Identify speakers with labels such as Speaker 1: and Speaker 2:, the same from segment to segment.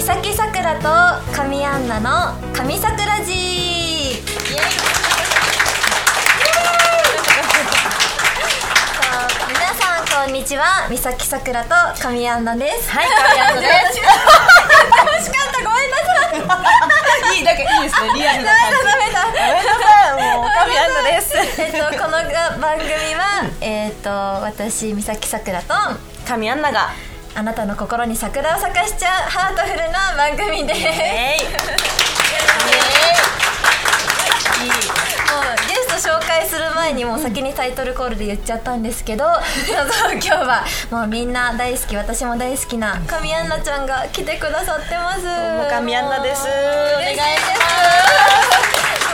Speaker 1: 三崎さくらと神アンナの神さくらじそう皆さんこんにちは三崎さくらと神アンナです
Speaker 2: はい、神アンナで
Speaker 1: 楽しかったごめんなさい
Speaker 2: す。いい、だけいいですね。リアルな感じ。
Speaker 1: ダメだ
Speaker 2: ごめんなさい、もう神アンナです。
Speaker 1: えっとこのが番組はえっと私三崎さくらと
Speaker 2: 神アンナが。
Speaker 1: あなたの心に桜を咲かしちゃうハートフルな番組です
Speaker 2: えい。いい。
Speaker 1: もうゲスト紹介する前にもう先にタイトルコールで言っちゃったんですけど、そう今日はもうみんな大好き私も大好きな神アンナちゃんが来てくださってます
Speaker 2: もう神アンナです
Speaker 1: もう嬉しいですも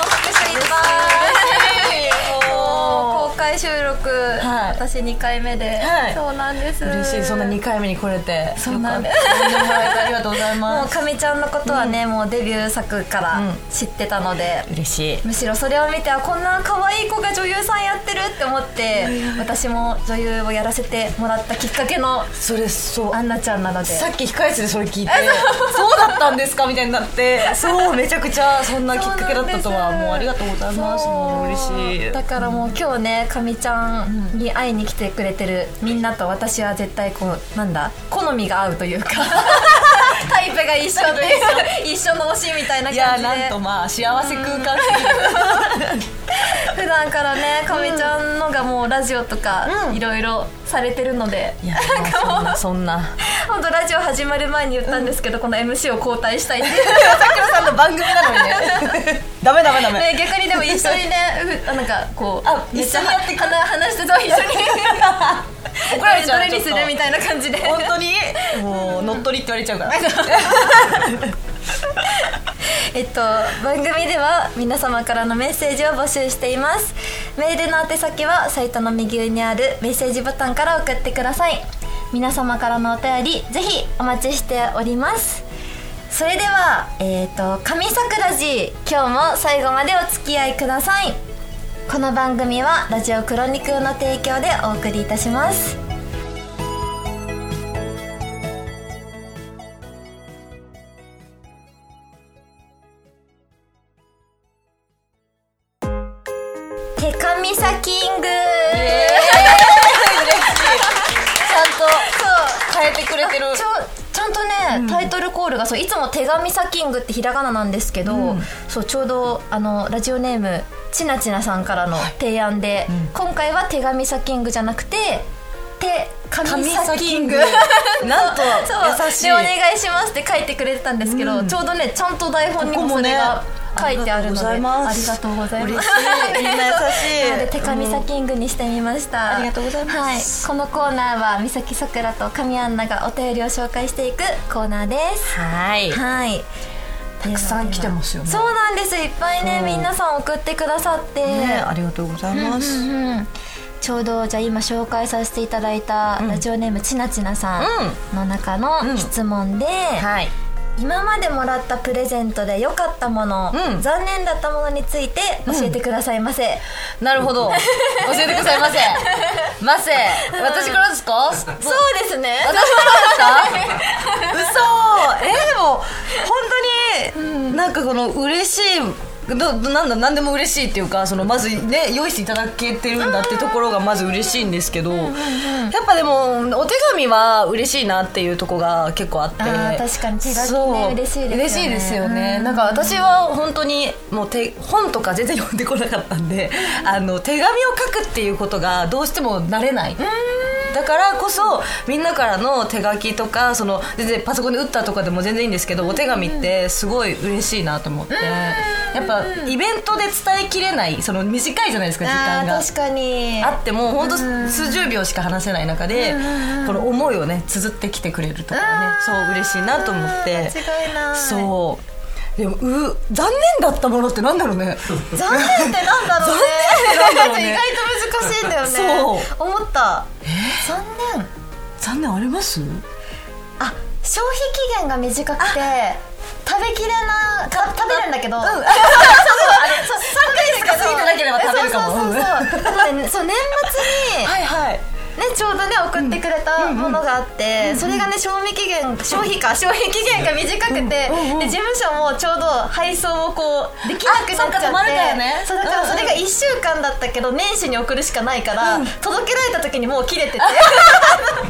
Speaker 1: う拍手いっぱいもう公開収録、
Speaker 2: はい
Speaker 1: 私2回目で、
Speaker 2: はい
Speaker 1: そうなんです
Speaker 2: 嬉しい、そんな二回目に来れて。
Speaker 1: そうなんです
Speaker 2: よかった呼んでもらえてありがとうござい
Speaker 1: も
Speaker 2: ま
Speaker 1: う
Speaker 2: す。
Speaker 1: かみちゃんのことはね、もうデビュー作から
Speaker 2: うん
Speaker 1: 知ってたので、
Speaker 2: 嬉しい。
Speaker 1: むしろそれを見てあこんな可愛い子が女優さんやってるって思って私も女優をやらせてもらったきっかけの
Speaker 2: それ、そう。
Speaker 1: アンナちゃんなので
Speaker 2: さっき控え室でそれ聞いてそうだったんですかみたいになってそうめちゃくちゃそんなきっかけだったとはもうありがとうございます
Speaker 1: そう
Speaker 2: もう嬉しい
Speaker 1: だからもう今日ねかみちゃんに会いに来てくれてるみんなと私は絶対こうなんだ好みが合うと いうかタイプが一緒っていう一緒の推しみたいない
Speaker 2: や
Speaker 1: 感じで
Speaker 2: なんとまあ幸せ空間すぎる
Speaker 1: 普段からねかみちゃんのがもうラジオとか
Speaker 2: うん
Speaker 1: いろいろされてるので、
Speaker 2: いやそんなそんな
Speaker 1: 本当ラジオ始まる前に言ったんですけど、この MC を交代したいって
Speaker 2: さくらさんの番組なのに ねダメダメダメ、
Speaker 1: ね逆にでも一緒にねふなんかこう
Speaker 2: あ
Speaker 1: めちゃ
Speaker 2: 一緒にやってく
Speaker 1: 話話してそう一緒に
Speaker 2: 怒られちゃ う
Speaker 1: どれにする
Speaker 2: ちょっと
Speaker 1: みたいな感じで
Speaker 2: 本当にもう乗っ取りって言われちゃう から
Speaker 1: えっと番組では皆様からのメッセージを募集していますメールの宛先はサイトの右上にあるメッセージボタンから送ってください皆様からのお便りぜひお待ちしておりますそれではえっ、と上桜寺今日も最後までお付き合いくださいこの番組はラジオクロニクルの提供でお送りいたします手上さキングそう
Speaker 2: えー嬉しいちゃんと変えてくれてる
Speaker 1: ちょちゃんとね、タイトルコールがそういつも「手紙サキング」ってひらがななんですけど、
Speaker 2: うん
Speaker 1: そうちょうどあのラジオネームちなちなさんからの提案で、
Speaker 2: うん
Speaker 1: 今回は「手紙サキング」じゃなくて「手紙
Speaker 2: 神
Speaker 1: サ
Speaker 2: サ
Speaker 1: キ
Speaker 2: キ
Speaker 1: ン
Speaker 2: ン
Speaker 1: グ
Speaker 2: グ」なんと
Speaker 1: そう
Speaker 2: 優しい
Speaker 1: でお願いしますって書いてくれてたんですけど、
Speaker 2: うん
Speaker 1: ちょうどねちゃんと台本にもそれが
Speaker 2: ここも
Speaker 1: 書
Speaker 2: ね
Speaker 1: いてあるので
Speaker 2: ありがとうございます
Speaker 1: ありがとうございます
Speaker 2: 嬉しいみんな優し
Speaker 1: な
Speaker 2: い
Speaker 1: ので手紙サキングにしてみました、
Speaker 2: ありがとうございます
Speaker 1: はい、このコーナーは三崎さくらと神アンナがお便りを紹介していくコーナーです
Speaker 2: はい
Speaker 1: はいた
Speaker 2: くさん来てますよね
Speaker 1: そうなんですいっぱいね
Speaker 2: そう
Speaker 1: 皆さん送ってくださって、
Speaker 2: ねありがとうございます、
Speaker 1: うんうんうんちょうどじゃあ今紹介させていただいたラジオネーム、ちなちなさんの中の質問で、
Speaker 2: はい
Speaker 1: 今までもらったプレゼントで良かったもの、
Speaker 2: うん
Speaker 1: 残念だったものについて教えてくださいませ、
Speaker 2: なるほど教えてくださいませませ私からですか私か
Speaker 1: そうですね
Speaker 2: らですか嘘えーでも本当に、なんかこの嬉しいどどなんだ何でも嬉しいっていうかそのまずね用意していただけてるんだってところがまず嬉しいんですけど、やっぱでもお手紙は嬉しいなっていうとこが結構あって
Speaker 1: あー確かに手書きね
Speaker 2: そ
Speaker 1: 嬉
Speaker 2: う
Speaker 1: しいですよね
Speaker 2: 嬉しいですよね、
Speaker 1: うん
Speaker 2: なんか私は本当にもう手本とか全然読んでこなかったんであの手紙を書くっていうことがどうしても慣れないだからこそみんなからの手書きとかその全然パソコンで打ったとかでも全然いいんですけどお手紙ってすごい嬉しいなと思ってやっぱイベントで伝えきれないその短いじゃないですか時
Speaker 1: あ
Speaker 2: 間が
Speaker 1: ー確かに
Speaker 2: あっても本当数十秒しか話せない中でこの思いをね綴ってきてくれるとかねそう嬉しいなと思って
Speaker 1: 間違いない
Speaker 2: そうでもう残念だったものってなんだろ うね
Speaker 1: 残念ってなんだろうね
Speaker 2: 残念ってなんだろうね
Speaker 1: 意外と難しいんだよね思った残念
Speaker 2: 残念あります
Speaker 1: あ消費期限が短くて食べきれなた食べるんだけど、うん、 そうそうあれ そう3ヶ
Speaker 2: 月が過ぎてなければ食べるかも
Speaker 1: そうそうそうそうだってねそう年末に
Speaker 2: はいはい
Speaker 1: 年ちょうどね送ってくれたものがあって、それがね賞味期限消費か消費期限が短くて、
Speaker 2: うんうん
Speaker 1: で事務所もちょうど配送をこうできなくなっちゃって
Speaker 2: あそっか止まるからね
Speaker 1: そうだからそれが1週間だったけど年始に送るしかないから、届けられた時にもう切 れてて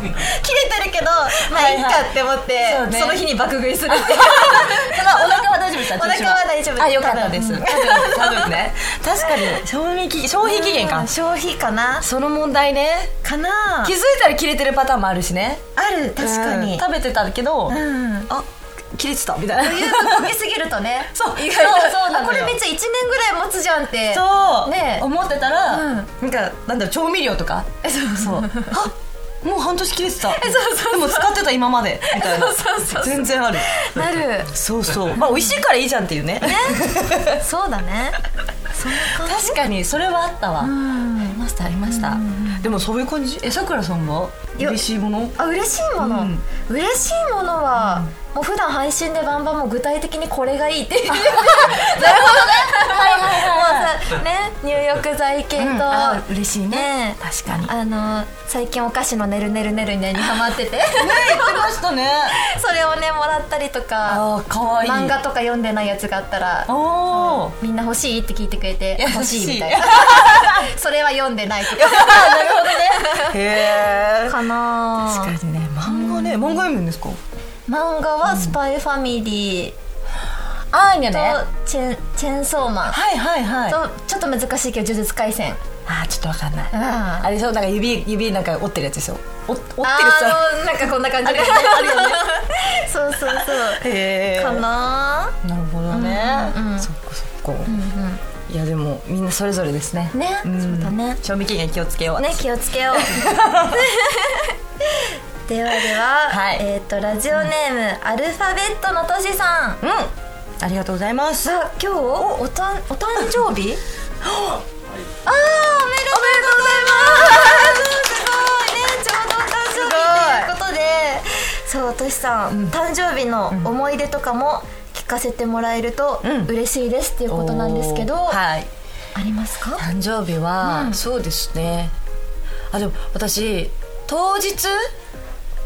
Speaker 1: 切れてるけどまあいいかって思って、
Speaker 2: そうね
Speaker 1: その日に爆食いするっていう
Speaker 2: そのお腹は大丈夫でした
Speaker 1: お腹は大丈夫です
Speaker 2: あよかったです
Speaker 1: 多
Speaker 2: 多
Speaker 1: 分
Speaker 2: 分多 分ね確か に賞味期消費期限
Speaker 1: うん
Speaker 2: か
Speaker 1: 消費かな
Speaker 2: その問題ね
Speaker 1: かな
Speaker 2: 気づいたら切れてるパターンもあるしね
Speaker 1: ある確か
Speaker 2: うん
Speaker 1: に
Speaker 2: 食べてたけど
Speaker 1: うん
Speaker 2: あ切れてたみたいな
Speaker 1: 冬溶けすぎるとね
Speaker 2: そう
Speaker 1: 意外と
Speaker 2: そうそうなのよ
Speaker 1: あこれめっちゃ1年ぐらい持つじゃんって
Speaker 2: そう、
Speaker 1: ねえ
Speaker 2: 思ってたら、
Speaker 1: うん
Speaker 2: なんかなんだろう調味料とか
Speaker 1: えそう
Speaker 2: そうあもう半年切れてた
Speaker 1: えそうそうそう
Speaker 2: でも使ってた今までみたいな
Speaker 1: そうそうそう
Speaker 2: 全然ある
Speaker 1: なる
Speaker 2: そうそうまあ美味しいからいいじゃんっていうね
Speaker 1: そうだねそんな感じ
Speaker 2: 確かにそれはあったわ、
Speaker 1: うん
Speaker 2: ありましたありました、でもそういう感じえさくらさんは
Speaker 1: よ
Speaker 2: 嬉しいもの
Speaker 1: あ嬉しいもの、
Speaker 2: うん
Speaker 1: 嬉しいものは、もう普段配信でバンバンもう具体的にこれがいいって いう もうさね入浴剤系と、
Speaker 2: うんあ嬉しい
Speaker 1: ね
Speaker 2: ね
Speaker 1: え
Speaker 2: 確かに
Speaker 1: あの最近お菓子のねるねるねるねにハマって て
Speaker 2: 言ってましたね
Speaker 1: それをねもらったりとか
Speaker 2: あーかわいい
Speaker 1: 漫画とか読んでないやつがあったら
Speaker 2: おお
Speaker 1: みんな欲しいって聞いてくれて欲しいみたいな それは読んで ないとか
Speaker 2: なるほどねへえ
Speaker 1: かな
Speaker 2: 確かにね漫画ね漫画読むんですか
Speaker 1: 漫画は「スパイファミリー」
Speaker 2: あーにゃ
Speaker 1: と「チェンチェンソーマン
Speaker 2: はいはいはい」
Speaker 1: とちょっと難しいけど「呪術廻戦」
Speaker 2: あーちょっとわかんない
Speaker 1: うんあ
Speaker 2: あれでしょなんか指指なんか折ってるやつでしょお折ってるさ
Speaker 1: あのなんかこんな感じでそうそうそう
Speaker 2: へえ
Speaker 1: かな
Speaker 2: なるほどね、
Speaker 1: うんうん
Speaker 2: そっかそっか、いやでもみんなそれぞれですね
Speaker 1: ね
Speaker 2: ん
Speaker 1: そうだね
Speaker 2: 賞味期限気をつけよう、
Speaker 1: ね気をつけ ようではでは、
Speaker 2: はい
Speaker 1: えっ、とラジオネーム、アルファベットのとしさん
Speaker 2: うんありがとうございます
Speaker 1: が今日おたんお誕 生日ああおめでとうございますすごいねちょうどお誕生日ということでそうとしさん、誕生日の思い出とかも聞かせてもらえると
Speaker 2: うん
Speaker 1: 嬉しいですっていうことなんですけど、
Speaker 2: おー
Speaker 1: あ
Speaker 2: はい
Speaker 1: りますか
Speaker 2: 誕生日は、
Speaker 1: うん
Speaker 2: そうですねあでも私当日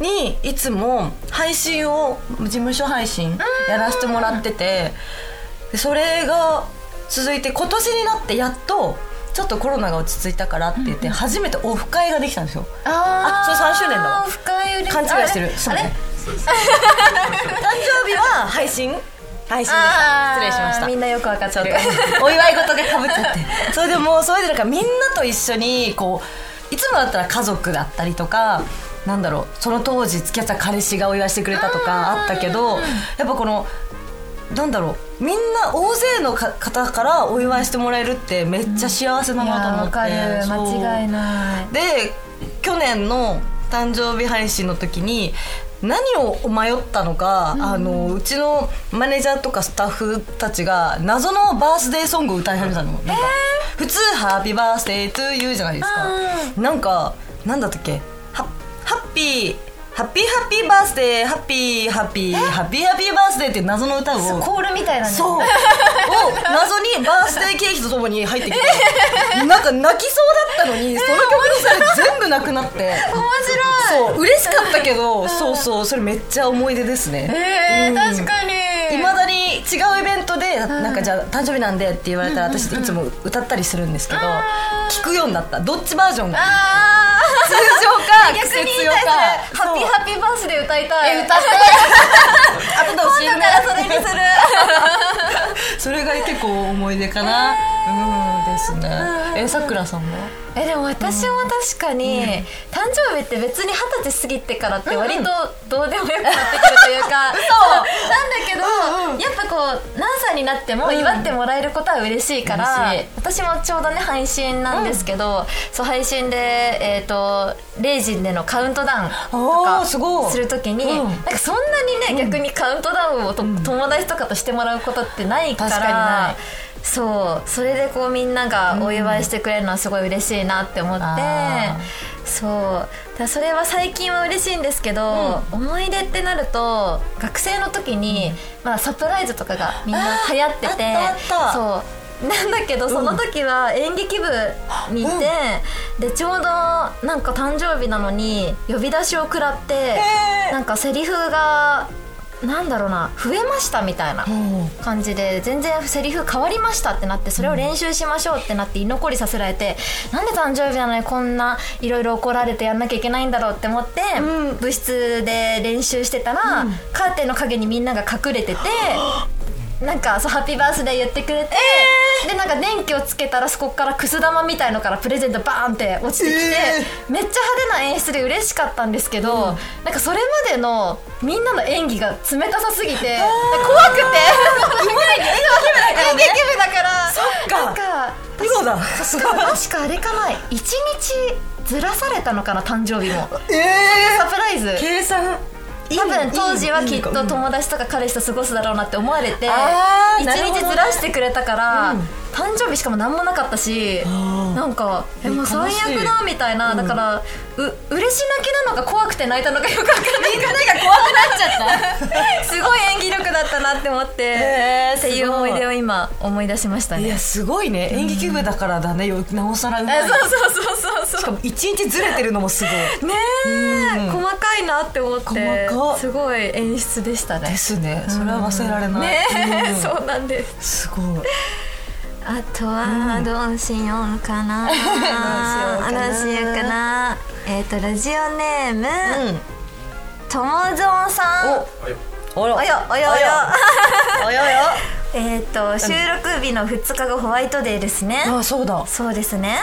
Speaker 2: にいつも配信を事務所配信やらせてもらっててでそれが続いて今年になってやっとちょっとコロナが落ち着いたからって言って初めてオフ会ができたんですよ
Speaker 1: あ
Speaker 2: あそう3周年だわ
Speaker 1: 深い嬉しい
Speaker 2: 勘違いしてる
Speaker 1: あれ
Speaker 2: そ
Speaker 1: あ
Speaker 2: う
Speaker 1: れ
Speaker 2: ね誕生日は配信配信でした
Speaker 1: あー
Speaker 2: 失礼しました
Speaker 1: みんなよくわかっ
Speaker 2: ち
Speaker 1: ち
Speaker 2: ょ
Speaker 1: ゃ
Speaker 2: っ
Speaker 1: っ
Speaker 2: と
Speaker 1: た
Speaker 2: お祝い事がかぶっちゃってそれでもうそれでなんかみんなと一緒にこういつもだったら家族だったりとかなんだろうその当時付き合ってた彼氏がお祝いしてくれたとかあったけどやっぱこのなんだろうみんな大勢のか方からお祝いしてもらえるってめっちゃ幸せない
Speaker 1: や
Speaker 2: な
Speaker 1: ー
Speaker 2: と思
Speaker 1: わ
Speaker 2: って、
Speaker 1: かる
Speaker 2: そう
Speaker 1: 間違いない
Speaker 2: で去年の誕生日配信の時に何を迷ったのか、あのうちのマネージャーとかスタッフたちが謎のバースデーソングを歌い始めたの、なんか普通「ハッピーバースデートゥーユー」じゃないですか、なんかなんだったっけハハッピーハッピーハッピーバースデーハッピーハッピーハッピーハッピーバースデーっていう謎の歌を
Speaker 1: コールみたいなね
Speaker 2: そうを謎にバースデーケーキとともに入ってきてなんか泣きそうだったのにその曲のせいで全部なくなって
Speaker 1: 面白い
Speaker 2: そう嬉しかったけどそうそうそれめっちゃ思い出ですね
Speaker 1: え
Speaker 2: うん
Speaker 1: ー、確かに
Speaker 2: いまだに違うイベントでなんかじゃあ誕生日なんでって言われたら私いつも歌ったりするんですけど聞くようになったどっちバージョンが
Speaker 1: あ
Speaker 2: 通常か
Speaker 1: ー
Speaker 2: 苦
Speaker 1: 逆に言
Speaker 2: 節
Speaker 1: い
Speaker 2: 用
Speaker 1: たい
Speaker 2: か
Speaker 1: それハッピー
Speaker 2: ッ
Speaker 1: ハッピーバースデー歌いたい
Speaker 2: 歌ってあとで教え
Speaker 1: 今度からそ
Speaker 2: るね
Speaker 1: れにする
Speaker 2: それが結構思い出かな、うんですねえさくらさんも
Speaker 1: えでも私も確かに、誕生日って別に二十歳過ぎてからって割とどうでもよくなってくるというか、 そうなんだけど、やっぱこう何歳になっても祝ってもらえることは嬉しいから、
Speaker 2: 嬉しい
Speaker 1: 私もちょうどね配信なんですけど、そう配信でえっ、と0時でのカウントダウンと
Speaker 2: あ
Speaker 1: か
Speaker 2: ーすごい
Speaker 1: するときに、
Speaker 2: うん
Speaker 1: なんかそんなにね、逆にカウントダウンをと、友達とかとしてもらうことってないから。
Speaker 2: 確かにない
Speaker 1: そうそれでこうみんながお祝いしてくれるのはすごい嬉しいなって思って、
Speaker 2: うんあ
Speaker 1: そうだからそれは最近は嬉しいんですけど、思い出ってなると学生の時に、まあ、サプライズとかがみんな流行ってて
Speaker 2: あったあった
Speaker 1: そうなんだけどその時は演劇部にいて、でちょうどなんか誕生日なのに呼び出しを食らって
Speaker 2: へー
Speaker 1: なんかセリフがなんだろうな増えましたみたいな
Speaker 2: うん
Speaker 1: 感じで全然セリフ変わりましたってなってそれを練習しましょうってなって居残りさせられてなんで誕生日なのにこんないろいろ怒られてやんなきゃいけないんだろうって思って、
Speaker 2: うん
Speaker 1: 部室で練習してたら、カーテンの陰にみんなが隠れてて。なんかそうハッピーバースデー言ってくれて、でなんか電気をつけたらそこからくす玉みたいのからプレゼントバーンって落ちてきて、めっちゃ派手な演出で嬉しかったんですけど、なんかそれまでのみんなの演技が冷たさすぎて怖 くて今演劇部だから
Speaker 2: そっか
Speaker 1: なんか
Speaker 2: 囲碁だ
Speaker 1: 確か確かあれかな1日ずらされたのかな誕生日も
Speaker 2: え
Speaker 1: サプライズ
Speaker 2: え計算
Speaker 1: 多分当時はきっと
Speaker 2: うん
Speaker 1: 友達とか彼氏と過ごすだろうなって思われて
Speaker 2: あー
Speaker 1: 一
Speaker 2: なるほどね
Speaker 1: 日ずらしてくれたから、
Speaker 2: うん
Speaker 1: 誕生日しかも何もなかったし
Speaker 2: あー
Speaker 1: なんかえ
Speaker 2: え
Speaker 1: もう最
Speaker 2: 悲し
Speaker 1: 悪
Speaker 2: い
Speaker 1: だみたいな、だからう嬉し泣きなのか怖くて泣いたのかよく分かんないから
Speaker 2: なんか怖くなっちゃった
Speaker 1: すごい演技力だったなって思って、
Speaker 2: へー
Speaker 1: っていう
Speaker 2: す
Speaker 1: 思
Speaker 2: ごい
Speaker 1: い出を今思い出しました
Speaker 2: い
Speaker 1: ね
Speaker 2: やすごいね演劇部だからだねよなおさらうま
Speaker 1: え
Speaker 2: い
Speaker 1: そうそうそうそう
Speaker 2: し
Speaker 1: そ
Speaker 2: かも一日ずれてるのもすごい
Speaker 1: うねえ細かいなって思って
Speaker 2: 細かっ
Speaker 1: すごい演出でした
Speaker 2: で
Speaker 1: ね
Speaker 2: すねそれは忘れられない
Speaker 1: ねえ、
Speaker 2: うん
Speaker 1: そうなんです
Speaker 2: すごい
Speaker 1: あとはどうしようか な、
Speaker 2: ど
Speaker 1: どう
Speaker 2: うし
Speaker 1: しよ
Speaker 2: よう
Speaker 1: うか
Speaker 2: かな
Speaker 1: なえっ、とラジオネーム、
Speaker 2: うん
Speaker 1: ともぞんさん
Speaker 2: およ
Speaker 1: およおよおよ
Speaker 2: およ
Speaker 1: えっと収録日の2日後ホワイトデーですね
Speaker 2: よあそうだ
Speaker 1: そうですね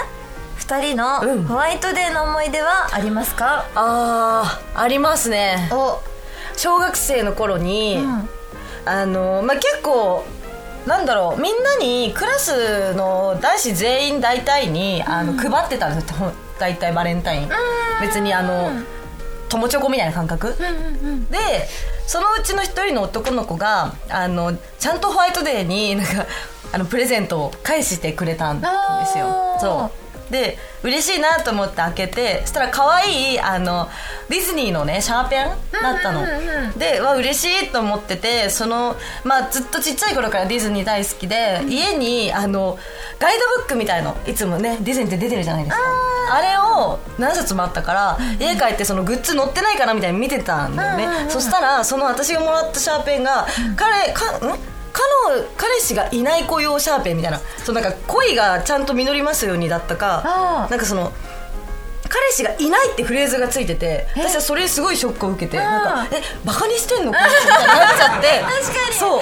Speaker 1: 2人の
Speaker 2: うん
Speaker 1: ホワイトデーの思い出はありますか、
Speaker 2: あーありますね
Speaker 1: お
Speaker 2: 小学生の頃に、
Speaker 1: ん
Speaker 2: あのまあ結構なんだろうみんなにクラスの男子全員大体にあの、配ってたんですよ大体バレンタイン別にあの、友チョコみたいな感覚、でそのうちの一人の男の子があのちゃんとホワイトデーになんか あのプレゼントを返してくれたんですよ
Speaker 1: あー
Speaker 2: そうで嬉しいなと思って開けてそしたら可愛いあのディズニーのねシャーペンだったの、でわ嬉しいと思っててその、まあ、ずっとちっちゃい頃からディズニー大好きで、家にあのガイドブックみたいのいつもねディズニーって出てるじゃないですかあれを何冊もあったから家帰ってそのグッズ載ってないかなみたいに見てたんだよね、そしたらその私がもらったシャーペンが、彼かん彼の彼氏がいない子用シャーペンみたいなそうなんか恋がちゃんと実りますようにだった
Speaker 1: あ
Speaker 2: か
Speaker 1: ー
Speaker 2: なんかその彼氏がいないってフレーズがついてて私はそれすごいショックを受けてなんかえバカにしてんのかなってなっちゃって
Speaker 1: 確かに
Speaker 2: そう
Speaker 1: うん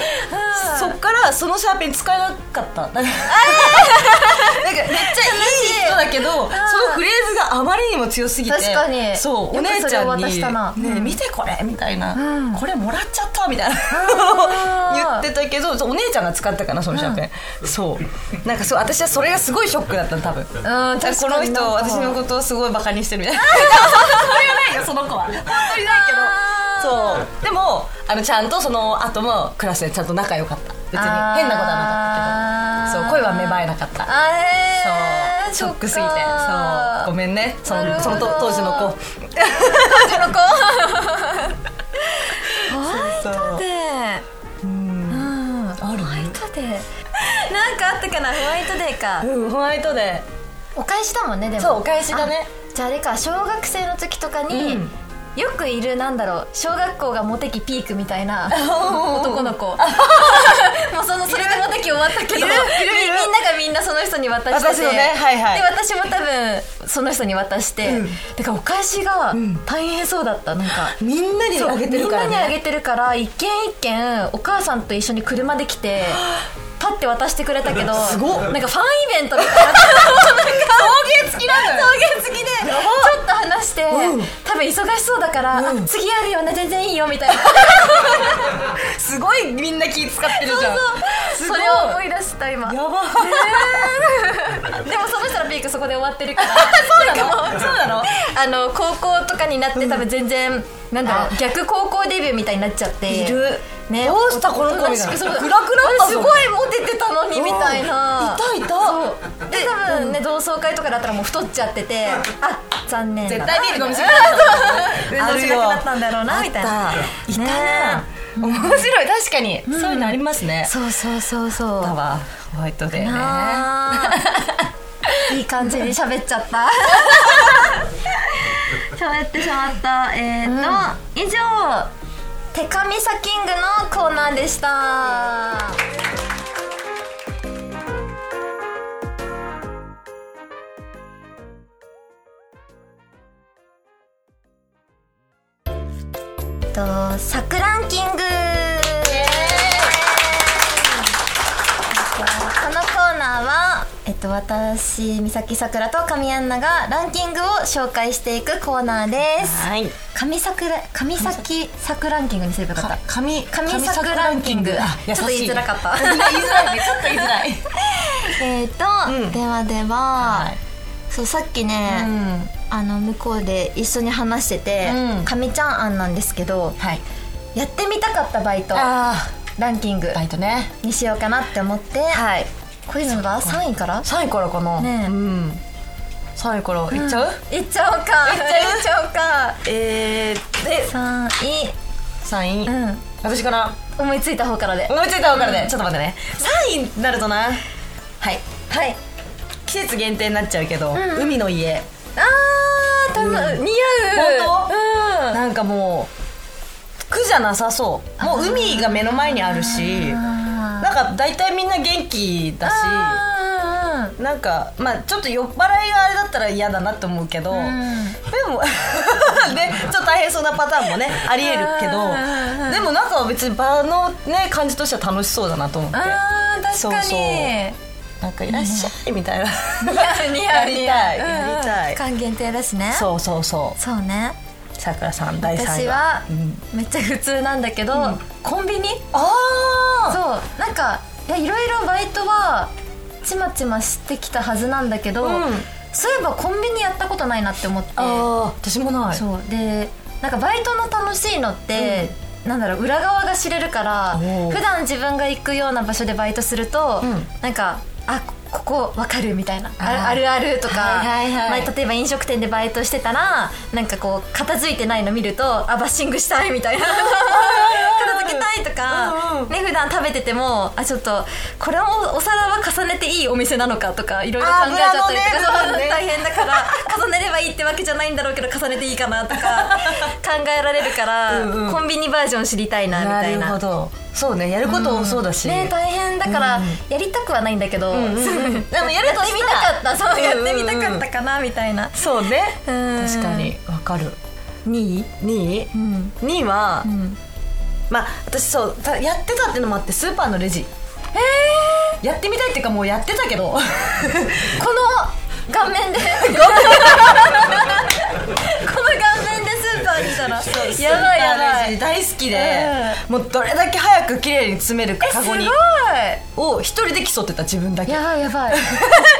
Speaker 2: そっからそのシャーペン使えな かったなんかなんかめっちゃいい人だけどそのフレーズがあまりにも強すぎて
Speaker 1: 確かに
Speaker 2: そうお
Speaker 1: よ
Speaker 2: 姉
Speaker 1: くそ
Speaker 2: ち
Speaker 1: れを
Speaker 2: ゃんに
Speaker 1: 渡したな
Speaker 2: 「ねえ見てこれ」みたいな「これもらっちゃった」みたいな 言ってたけどそうお姉ちゃんが使ったかなそのシャーペンそうなんかそう私はそれがすごいショックだったの多分
Speaker 1: うん確かに
Speaker 2: この
Speaker 1: なん
Speaker 2: 人
Speaker 1: か
Speaker 2: 私のことをすごいバカにしてるみたい なそれはないよその子は本当にないけどそうでもあのちゃんとその後もクラスでちゃんと仲良かった別に変なことはなかったけどそう恋は芽生えなかった
Speaker 1: あれ
Speaker 2: そうショックすぎてそうごめんねそ
Speaker 1: なる
Speaker 2: の
Speaker 1: ほ
Speaker 2: そ
Speaker 1: ど
Speaker 2: の当当時の子
Speaker 1: の子
Speaker 2: そう
Speaker 1: でうん
Speaker 2: ある
Speaker 1: ホワイトデーなんかあったかなホワイトデーか
Speaker 2: うんホワイトデ
Speaker 1: お返しだもんねでも
Speaker 2: そうお返しだ
Speaker 1: あ
Speaker 2: ね
Speaker 1: じゃああれか小学生の時とかに、
Speaker 2: うん
Speaker 1: よくいるなんだろう小学校がモテ期ピークみたいな男 の子もうそのそれでモテ期終わったけど
Speaker 2: いるいるいる
Speaker 1: みみんながみんなその人に渡してて
Speaker 2: 私のねはいはい
Speaker 1: で私も多分その人に渡して、
Speaker 2: うん
Speaker 1: だからお返しが大変そうだったなんか
Speaker 2: ーみんなに
Speaker 1: そう
Speaker 2: あげてるから
Speaker 1: みんなにあ
Speaker 2: ね
Speaker 1: げてるから一軒一軒お母さんと一緒に車で来てパッて渡してくれたけど
Speaker 2: すごっ
Speaker 1: なんかファンイベントみ たいな 送迎付きなの送迎付きでちょっと話して、
Speaker 2: うん
Speaker 1: 多分忙しそうだから、
Speaker 2: うん
Speaker 1: あ次あるよね全然いいよみ たいな
Speaker 2: すごいみんな気使ってるじゃんす
Speaker 1: そ
Speaker 2: ごい
Speaker 1: れを思い出した今でも
Speaker 2: やば
Speaker 1: その人のピークそこで終わってる から
Speaker 2: そうなの そうなの
Speaker 1: あの高校とかになって多分全然、なんだろう逆高校デビューみたいになっちゃって
Speaker 2: いる
Speaker 1: ね
Speaker 2: どうしたこの子みたいな
Speaker 1: おとしくそう
Speaker 2: 暗くなったぞ
Speaker 1: すごいモテてたのにみたいな
Speaker 2: うんいたいた
Speaker 1: で多分ね、同窓会とかだったらもう太っちゃっててあ残念だ
Speaker 2: 絶
Speaker 1: な
Speaker 2: 対ビール飲みすぎ
Speaker 1: 運動しなくなったんだろうなみたいな
Speaker 2: あったいたな
Speaker 1: ね
Speaker 2: 面白い確かに、そういうのありますね
Speaker 1: そうそうそうそう
Speaker 2: だわホワイトデーね
Speaker 1: あーいい感じに喋っちゃった 喋ってしまったえー、と、以上「手紙サキング」のコーナーでしたえっとサクランキングこのコーナーは、えっと、私三崎さくらと上アンナがランキングを紹介していくコーナーです
Speaker 2: はい
Speaker 1: 上桜上崎さくランキングにすればよかっ
Speaker 2: か
Speaker 1: た
Speaker 2: 紙
Speaker 1: 紙作ランキング
Speaker 2: あ優し
Speaker 1: ちょっと言いづらかった
Speaker 2: 言いづらいねちょっと言いづらい
Speaker 1: えっと、
Speaker 2: うん
Speaker 1: ではでは、そうさっきね、あの向こうで一緒に話してて
Speaker 2: うん
Speaker 1: かみ、ちゃん案なんですけど
Speaker 2: はい
Speaker 1: やってみたかったバイト
Speaker 2: あ
Speaker 1: ランキング
Speaker 2: ーバイトね
Speaker 1: にしようかなって思って、
Speaker 2: はい
Speaker 1: こういうのが3位から
Speaker 2: 3位からかな
Speaker 1: ねえ
Speaker 2: うん3位からいっちゃう、
Speaker 1: いっちゃおうかいっちゃおうか
Speaker 2: えー、で
Speaker 1: 3位
Speaker 2: 3位、
Speaker 1: うん
Speaker 2: 私から
Speaker 1: 思いついた方からで
Speaker 2: 思いついた分からね、ちょっと待ってね3位になるとなはい
Speaker 1: はい
Speaker 2: 季節限定になっちゃうけど、海の家
Speaker 1: あーたの、似合う
Speaker 2: 本当なんかもう苦じゃなさそうもう海が目の前にあるし
Speaker 1: あ
Speaker 2: なんか大体みんな元気だし
Speaker 1: あー
Speaker 2: なんかまあちょっと酔っ払いがあれだったら嫌だなと思うけど、
Speaker 1: うん
Speaker 2: でも でちょっと大変そうなパターンも ねありえるけど
Speaker 1: うん
Speaker 2: でもなんか別に場のね感じとしては楽しそうだなと思って
Speaker 1: あー確
Speaker 2: そう
Speaker 1: かに
Speaker 2: そうなんかいらっしゃいみたいな
Speaker 1: 似合う似合う似合う
Speaker 2: やりたいやりたい
Speaker 1: 期間限定だしねう
Speaker 2: そうそうそう
Speaker 1: そうね
Speaker 2: さくらさん第3位
Speaker 1: 私は
Speaker 2: うん
Speaker 1: めっちゃ普通なんだけど、コンビニ
Speaker 2: ああ
Speaker 1: そうなんかいやいろいろバイトはちまちましてきたはずなんだけど、
Speaker 2: うん
Speaker 1: そういえばコンビニやったことないなって思って
Speaker 2: あー私もない
Speaker 1: そうでなんかバイトの楽しいのって、なんだろう裏側が知れるから
Speaker 2: おう
Speaker 1: 普段自分が行くような場所でバイトすると、
Speaker 2: うん
Speaker 1: なんかあこここ分かるみたいなある
Speaker 2: あー
Speaker 1: あるあるとか、
Speaker 2: はいはいはい
Speaker 1: まあ例えば飲食店でバイトしてたらなんかこう片付いてないの見るとあバッシングしたいみ たいな片付けたいと
Speaker 2: うん
Speaker 1: か
Speaker 2: う、ん
Speaker 1: ね、普段食べててもあちょっとこれもお皿は重ねていいお店なのかとかいろいろ考えちゃったりとか
Speaker 2: あーブラのねブラのね
Speaker 1: そう大変だから重ねればいいってわけじゃないんだろうけど重ねていいかなと か考えられるから
Speaker 2: うんうん
Speaker 1: コンビニバージョン知りたいなみ
Speaker 2: な
Speaker 1: たい
Speaker 2: る
Speaker 1: な
Speaker 2: ほどそうねやることもそうだし、
Speaker 1: ね大変だから
Speaker 2: うん
Speaker 1: やりたくはないんだけど、
Speaker 2: んうんう んでもやると
Speaker 1: やってみたかったそううん
Speaker 2: うん
Speaker 1: や
Speaker 2: うん
Speaker 1: ってみたかったかなみたいな
Speaker 2: そうね
Speaker 1: うん
Speaker 2: 確かにわかる
Speaker 1: 2位
Speaker 2: 2位、
Speaker 1: うん
Speaker 2: 2位は、
Speaker 1: うん
Speaker 2: まあ私そうたやってたってのもあってスーパーのレジやってみたいっていうかもうやってたけど
Speaker 1: この顔 面でこの顔面でスーパーにいたらやばいやばい
Speaker 2: スーパーレジ大好きで、もうどれだけ早く綺麗に詰めるか
Speaker 1: えす
Speaker 2: カ
Speaker 1: ご
Speaker 2: ゴ
Speaker 1: い
Speaker 2: にを一人で競ってた自分だけ
Speaker 1: やばいや ばい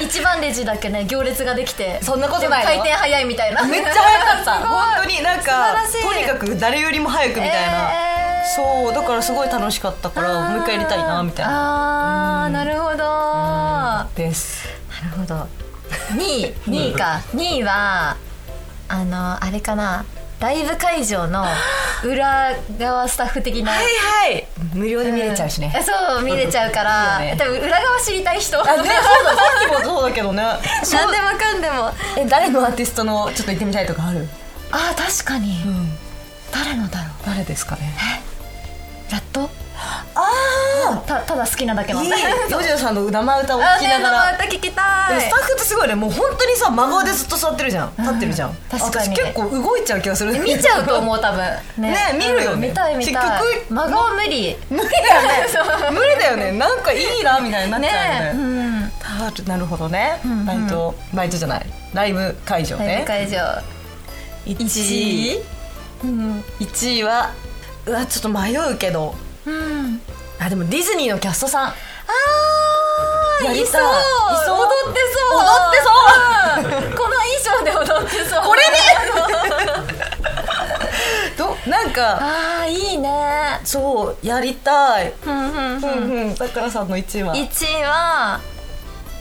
Speaker 1: 一番レジだけね行列ができて
Speaker 2: そんなことないの
Speaker 1: でも回転早いみたいな
Speaker 2: めっちゃ早かった
Speaker 1: すごい
Speaker 2: 本当になんか
Speaker 1: 素晴
Speaker 2: と
Speaker 1: らし
Speaker 2: に
Speaker 1: い
Speaker 2: かく誰よりも早くみたいな、
Speaker 1: えー
Speaker 2: そうだからすごい楽しかったからもう一回やりたいなみたいな
Speaker 1: なあーなるほどな
Speaker 2: です
Speaker 1: るほど2位2位か2位はあのあれかなライブ会場の裏側スタッフ的な
Speaker 2: はいはい無料で見れちゃうしね、
Speaker 1: えそう見れちゃうか
Speaker 2: いい
Speaker 1: ら
Speaker 2: よね
Speaker 1: 多分裏側知りたい人
Speaker 2: あねそうださっきもそうだけどね
Speaker 1: 何でもかんでも
Speaker 2: え誰のアーティストのちょっと行ってみたいとかある
Speaker 1: あー確かに
Speaker 2: うん
Speaker 1: 誰のだろう
Speaker 2: 誰ですかね
Speaker 1: やっと
Speaker 2: あ
Speaker 1: たただ好きなだけ
Speaker 2: あ
Speaker 1: なん
Speaker 2: いい
Speaker 1: だ
Speaker 2: ヨジョさんのうだま歌を
Speaker 1: あ
Speaker 2: 聴きなが
Speaker 1: ね
Speaker 2: ら
Speaker 1: 生歌聞き
Speaker 2: で
Speaker 1: た
Speaker 2: も
Speaker 1: い
Speaker 2: スタッフってすごいねもう本当にさ真顔でずっと座ってるじゃん、立ってるじゃん、
Speaker 1: 確かに
Speaker 2: 私結構動いちゃう気がする
Speaker 1: 見ちゃうと思う多分
Speaker 2: ね見るよね
Speaker 1: うん見たい見たい
Speaker 2: 結局
Speaker 1: 真顔無理
Speaker 2: 無理だよね
Speaker 1: そう
Speaker 2: 無理だよねなんかいいなみたいになっちゃう
Speaker 1: ね
Speaker 2: よね
Speaker 1: うん
Speaker 2: あるなるほどね、
Speaker 1: んうん
Speaker 2: バイトバイトじゃないライブ会場
Speaker 1: ライ
Speaker 2: ね
Speaker 1: ブ会場
Speaker 2: 1
Speaker 1: 1
Speaker 2: 位
Speaker 1: 位うん
Speaker 2: 1位はうわちょっと迷うけど
Speaker 1: うん
Speaker 2: あでもディズニーのキャストさん
Speaker 1: あ
Speaker 2: や
Speaker 1: ー
Speaker 2: りたい
Speaker 1: いそう
Speaker 2: いそう
Speaker 1: 踊ってそうっ
Speaker 2: 踊
Speaker 1: てそうこの衣装で踊ってそう
Speaker 2: これどなんか
Speaker 1: ああいいね
Speaker 2: そうやりたい、
Speaker 1: うんうん
Speaker 2: うんうん、だからさんの1位は
Speaker 1: 1位は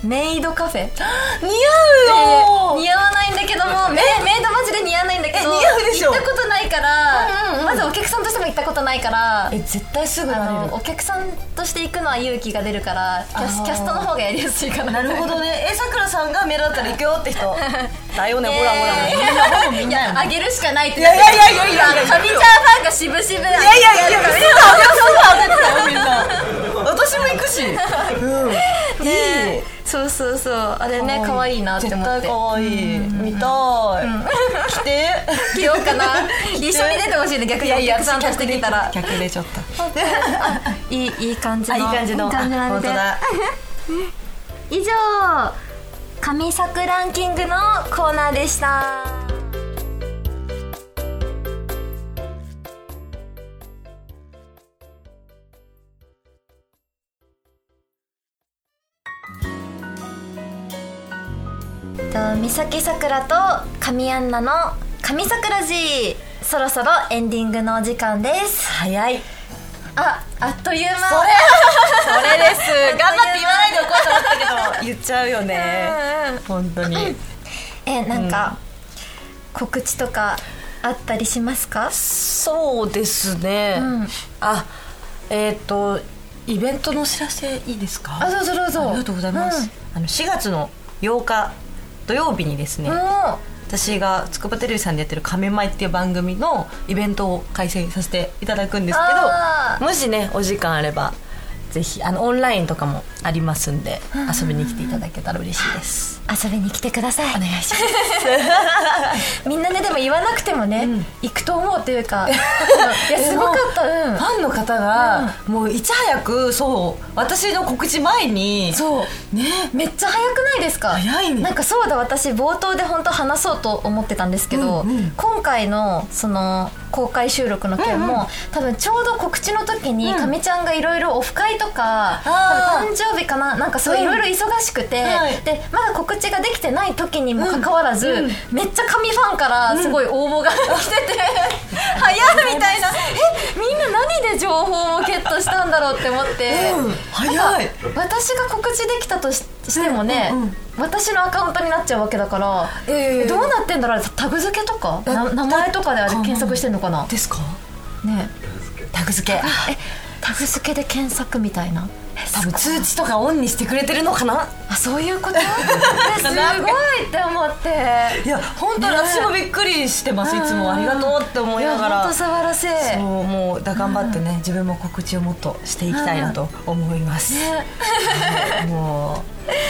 Speaker 1: メイドカフェ
Speaker 2: 似
Speaker 1: え
Speaker 2: 合うよ、
Speaker 1: ー似合わないんだけどもメメイドマジで似合わないんだけど
Speaker 2: え似合うでしょ
Speaker 1: 行ったことないか
Speaker 2: うんうん
Speaker 1: ら
Speaker 2: うん
Speaker 1: まずお客さんとしても行ったことないから
Speaker 2: え絶対すぐ
Speaker 1: あ
Speaker 2: なれ
Speaker 1: のお
Speaker 2: る
Speaker 1: 客さんとして行くのは勇気が出るからキャス
Speaker 2: あー
Speaker 1: キャストの方がやりやすいかな
Speaker 2: なるほどねえさくらさんが目立ったら行くよって人だよねほらほら
Speaker 1: えー
Speaker 2: みんなほらみん
Speaker 1: い
Speaker 2: なよ
Speaker 1: やあげるしかないって
Speaker 2: いやいやいやいやいや
Speaker 1: 今カミちゃんファンが渋々い
Speaker 2: いやいやいや、すぐ上がる、すぐ上がってたよ、みんな。私も行くし。うん。いい。
Speaker 1: そうそうそうあれね可愛いなって思って
Speaker 2: 絶対可愛い。見たい。来て。
Speaker 1: 着ようかな一緒に出てほし いね逆にお客さんとしてきたら
Speaker 2: 客でちょっと。
Speaker 1: いいいい感じ
Speaker 2: あ、
Speaker 1: の
Speaker 2: いい感じの。
Speaker 1: なん
Speaker 2: 本当
Speaker 1: で
Speaker 2: だ。
Speaker 1: 以上神作ランキングのコーナーでしたと三崎さくらと神アンナの神桜寺そろそろエンディングのお時間です
Speaker 2: 早 い。
Speaker 1: ああっという間
Speaker 2: それ。それです。頑張って言わないでおこうと思ったけど、言っちゃうよね。
Speaker 1: うんうん
Speaker 2: 本当に。
Speaker 1: えなんか、告知とかあったりしますか
Speaker 2: そうですね。
Speaker 1: ん
Speaker 2: あ、えっ、とイベントのお知らせいいですか？
Speaker 1: そうそうそう
Speaker 2: ありがとうございます。あの4月の8日土曜日にですね、
Speaker 1: も
Speaker 2: 私が筑波テレビさんでやってる「亀舞」っていう番組のイベントを開催させていただくんです
Speaker 1: あ
Speaker 2: けどもしねお時間あればぜひあのオンラインとかもありますんで遊びに来ていただけたら嬉しいです。
Speaker 1: 遊びに来てください
Speaker 2: お願いします
Speaker 1: みんなねでも言わなくてもね、
Speaker 2: うん
Speaker 1: 行くと思うという かいやすごかったうん
Speaker 2: ファンの方が、もういち早くそう私の告知前に
Speaker 1: そう
Speaker 2: ね
Speaker 1: めっちゃ早くないですか
Speaker 2: 早いね
Speaker 1: なんかそうだ私冒頭で本当話そうと思ってたんですけど、
Speaker 2: うんうん
Speaker 1: 今回のその公開収録の件も、多分ちょうど告知の時に
Speaker 2: うん
Speaker 1: かみ、ちゃんがいろいろオフ会とか
Speaker 2: あー
Speaker 1: 多分誕生日かななんかそう
Speaker 2: うん
Speaker 1: いろいろ忙しくて、
Speaker 2: はい
Speaker 1: でまだ告知ができてない時にもかかわらず、
Speaker 2: うんうん
Speaker 1: めっちゃ神ファンからすごい応募が来てて、早いみたいなえみんな何で情報をゲットしたんだろうって思って。
Speaker 2: うん早い
Speaker 1: 私が告知できたとししてもね、
Speaker 2: うんうん
Speaker 1: 私のアカウントになっちゃうわけだから、
Speaker 2: ええ
Speaker 1: どうなってんだろうあれタグ付けとか
Speaker 2: え
Speaker 1: な名前とかであれ
Speaker 2: タグ
Speaker 1: 検索してんのかな
Speaker 2: ですか
Speaker 1: ね
Speaker 2: タグ付け
Speaker 1: えタグ付けで検索みたいなえ
Speaker 2: 多分通知とかオンにしてくれてるのかな
Speaker 1: あそういう ことえすごいって思って
Speaker 2: いや本当に
Speaker 1: ね
Speaker 2: 私もびっくりしてますいつもありがとうって思いなが
Speaker 1: いやほん
Speaker 2: ら
Speaker 1: と素晴らしい
Speaker 2: そうもうだ頑張ってね自分も告知をもっとしていきたいなと思います
Speaker 1: ね
Speaker 2: はいもう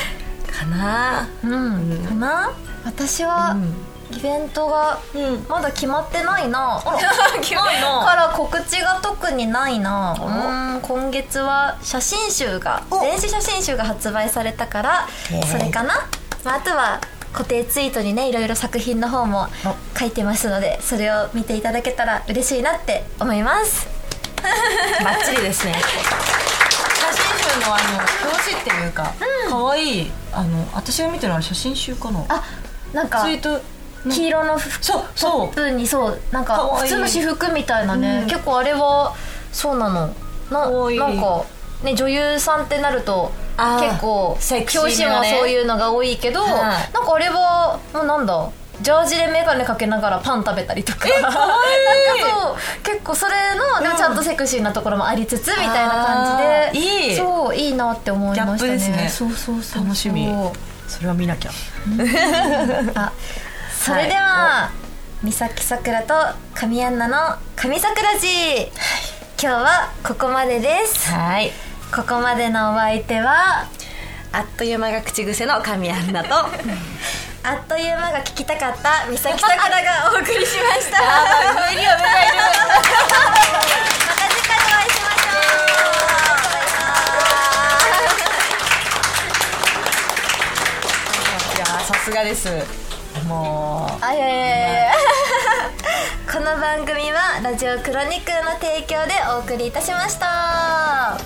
Speaker 2: かな
Speaker 1: うんかな私は、イベントが
Speaker 2: うん
Speaker 1: まだ決まってないな、
Speaker 2: ら
Speaker 1: 決
Speaker 2: まってないな
Speaker 1: から告知が特にないなうん今月は写真集が
Speaker 2: お
Speaker 1: 電子写真集が発売されたから
Speaker 2: へー
Speaker 1: それかな、まあ、あとは固定ツイートにねいろいろ作品の方も書いてますのでそれを見ていただけたら嬉しいなって思います
Speaker 2: バッチリですね写真集のあの表紙っていうか可愛いあの私が見てるのは写真集かな
Speaker 1: あなんか
Speaker 2: ツイート
Speaker 1: 黄色の服
Speaker 2: そうそう
Speaker 1: トップにそうなんか
Speaker 2: かわ
Speaker 1: 普
Speaker 2: いい
Speaker 1: 通の私服みたいなね、
Speaker 2: うん
Speaker 1: 結構あれはそうなのな
Speaker 2: かわいい
Speaker 1: なんか、ね、女優さんってなると
Speaker 2: あー
Speaker 1: 結構
Speaker 2: セクシー
Speaker 1: 表紙
Speaker 2: な
Speaker 1: も
Speaker 2: ね
Speaker 1: そういうのが多いけど、
Speaker 2: はい
Speaker 1: なんかあれはもうなんだジャージで眼鏡かけながらパン食べたりとかなんかそう結構それのでもちゃんとセクシーなところもありつつみたいな感じで
Speaker 2: あーいい
Speaker 1: そういいなって思いました
Speaker 2: ギャップ
Speaker 1: ね
Speaker 2: です
Speaker 1: そ
Speaker 2: ね
Speaker 1: うそうそうそう
Speaker 2: 楽しみそれは見なきゃ
Speaker 1: あそれでは、三崎さくらと神アンナの神桜寺、今日はここまでです
Speaker 2: はい
Speaker 1: ここまでのお相手は
Speaker 2: あっという間が口癖の神アン ナとあ
Speaker 1: あっという間が聞きたかった三崎さくらがお送りしました ま
Speaker 2: 無理よ無理
Speaker 1: た次回
Speaker 2: よ
Speaker 1: お会いしましょう
Speaker 2: いやーさすがですもう
Speaker 1: あいやいやいやいや この番組はラジオクロニクルの提供でお送りいたしました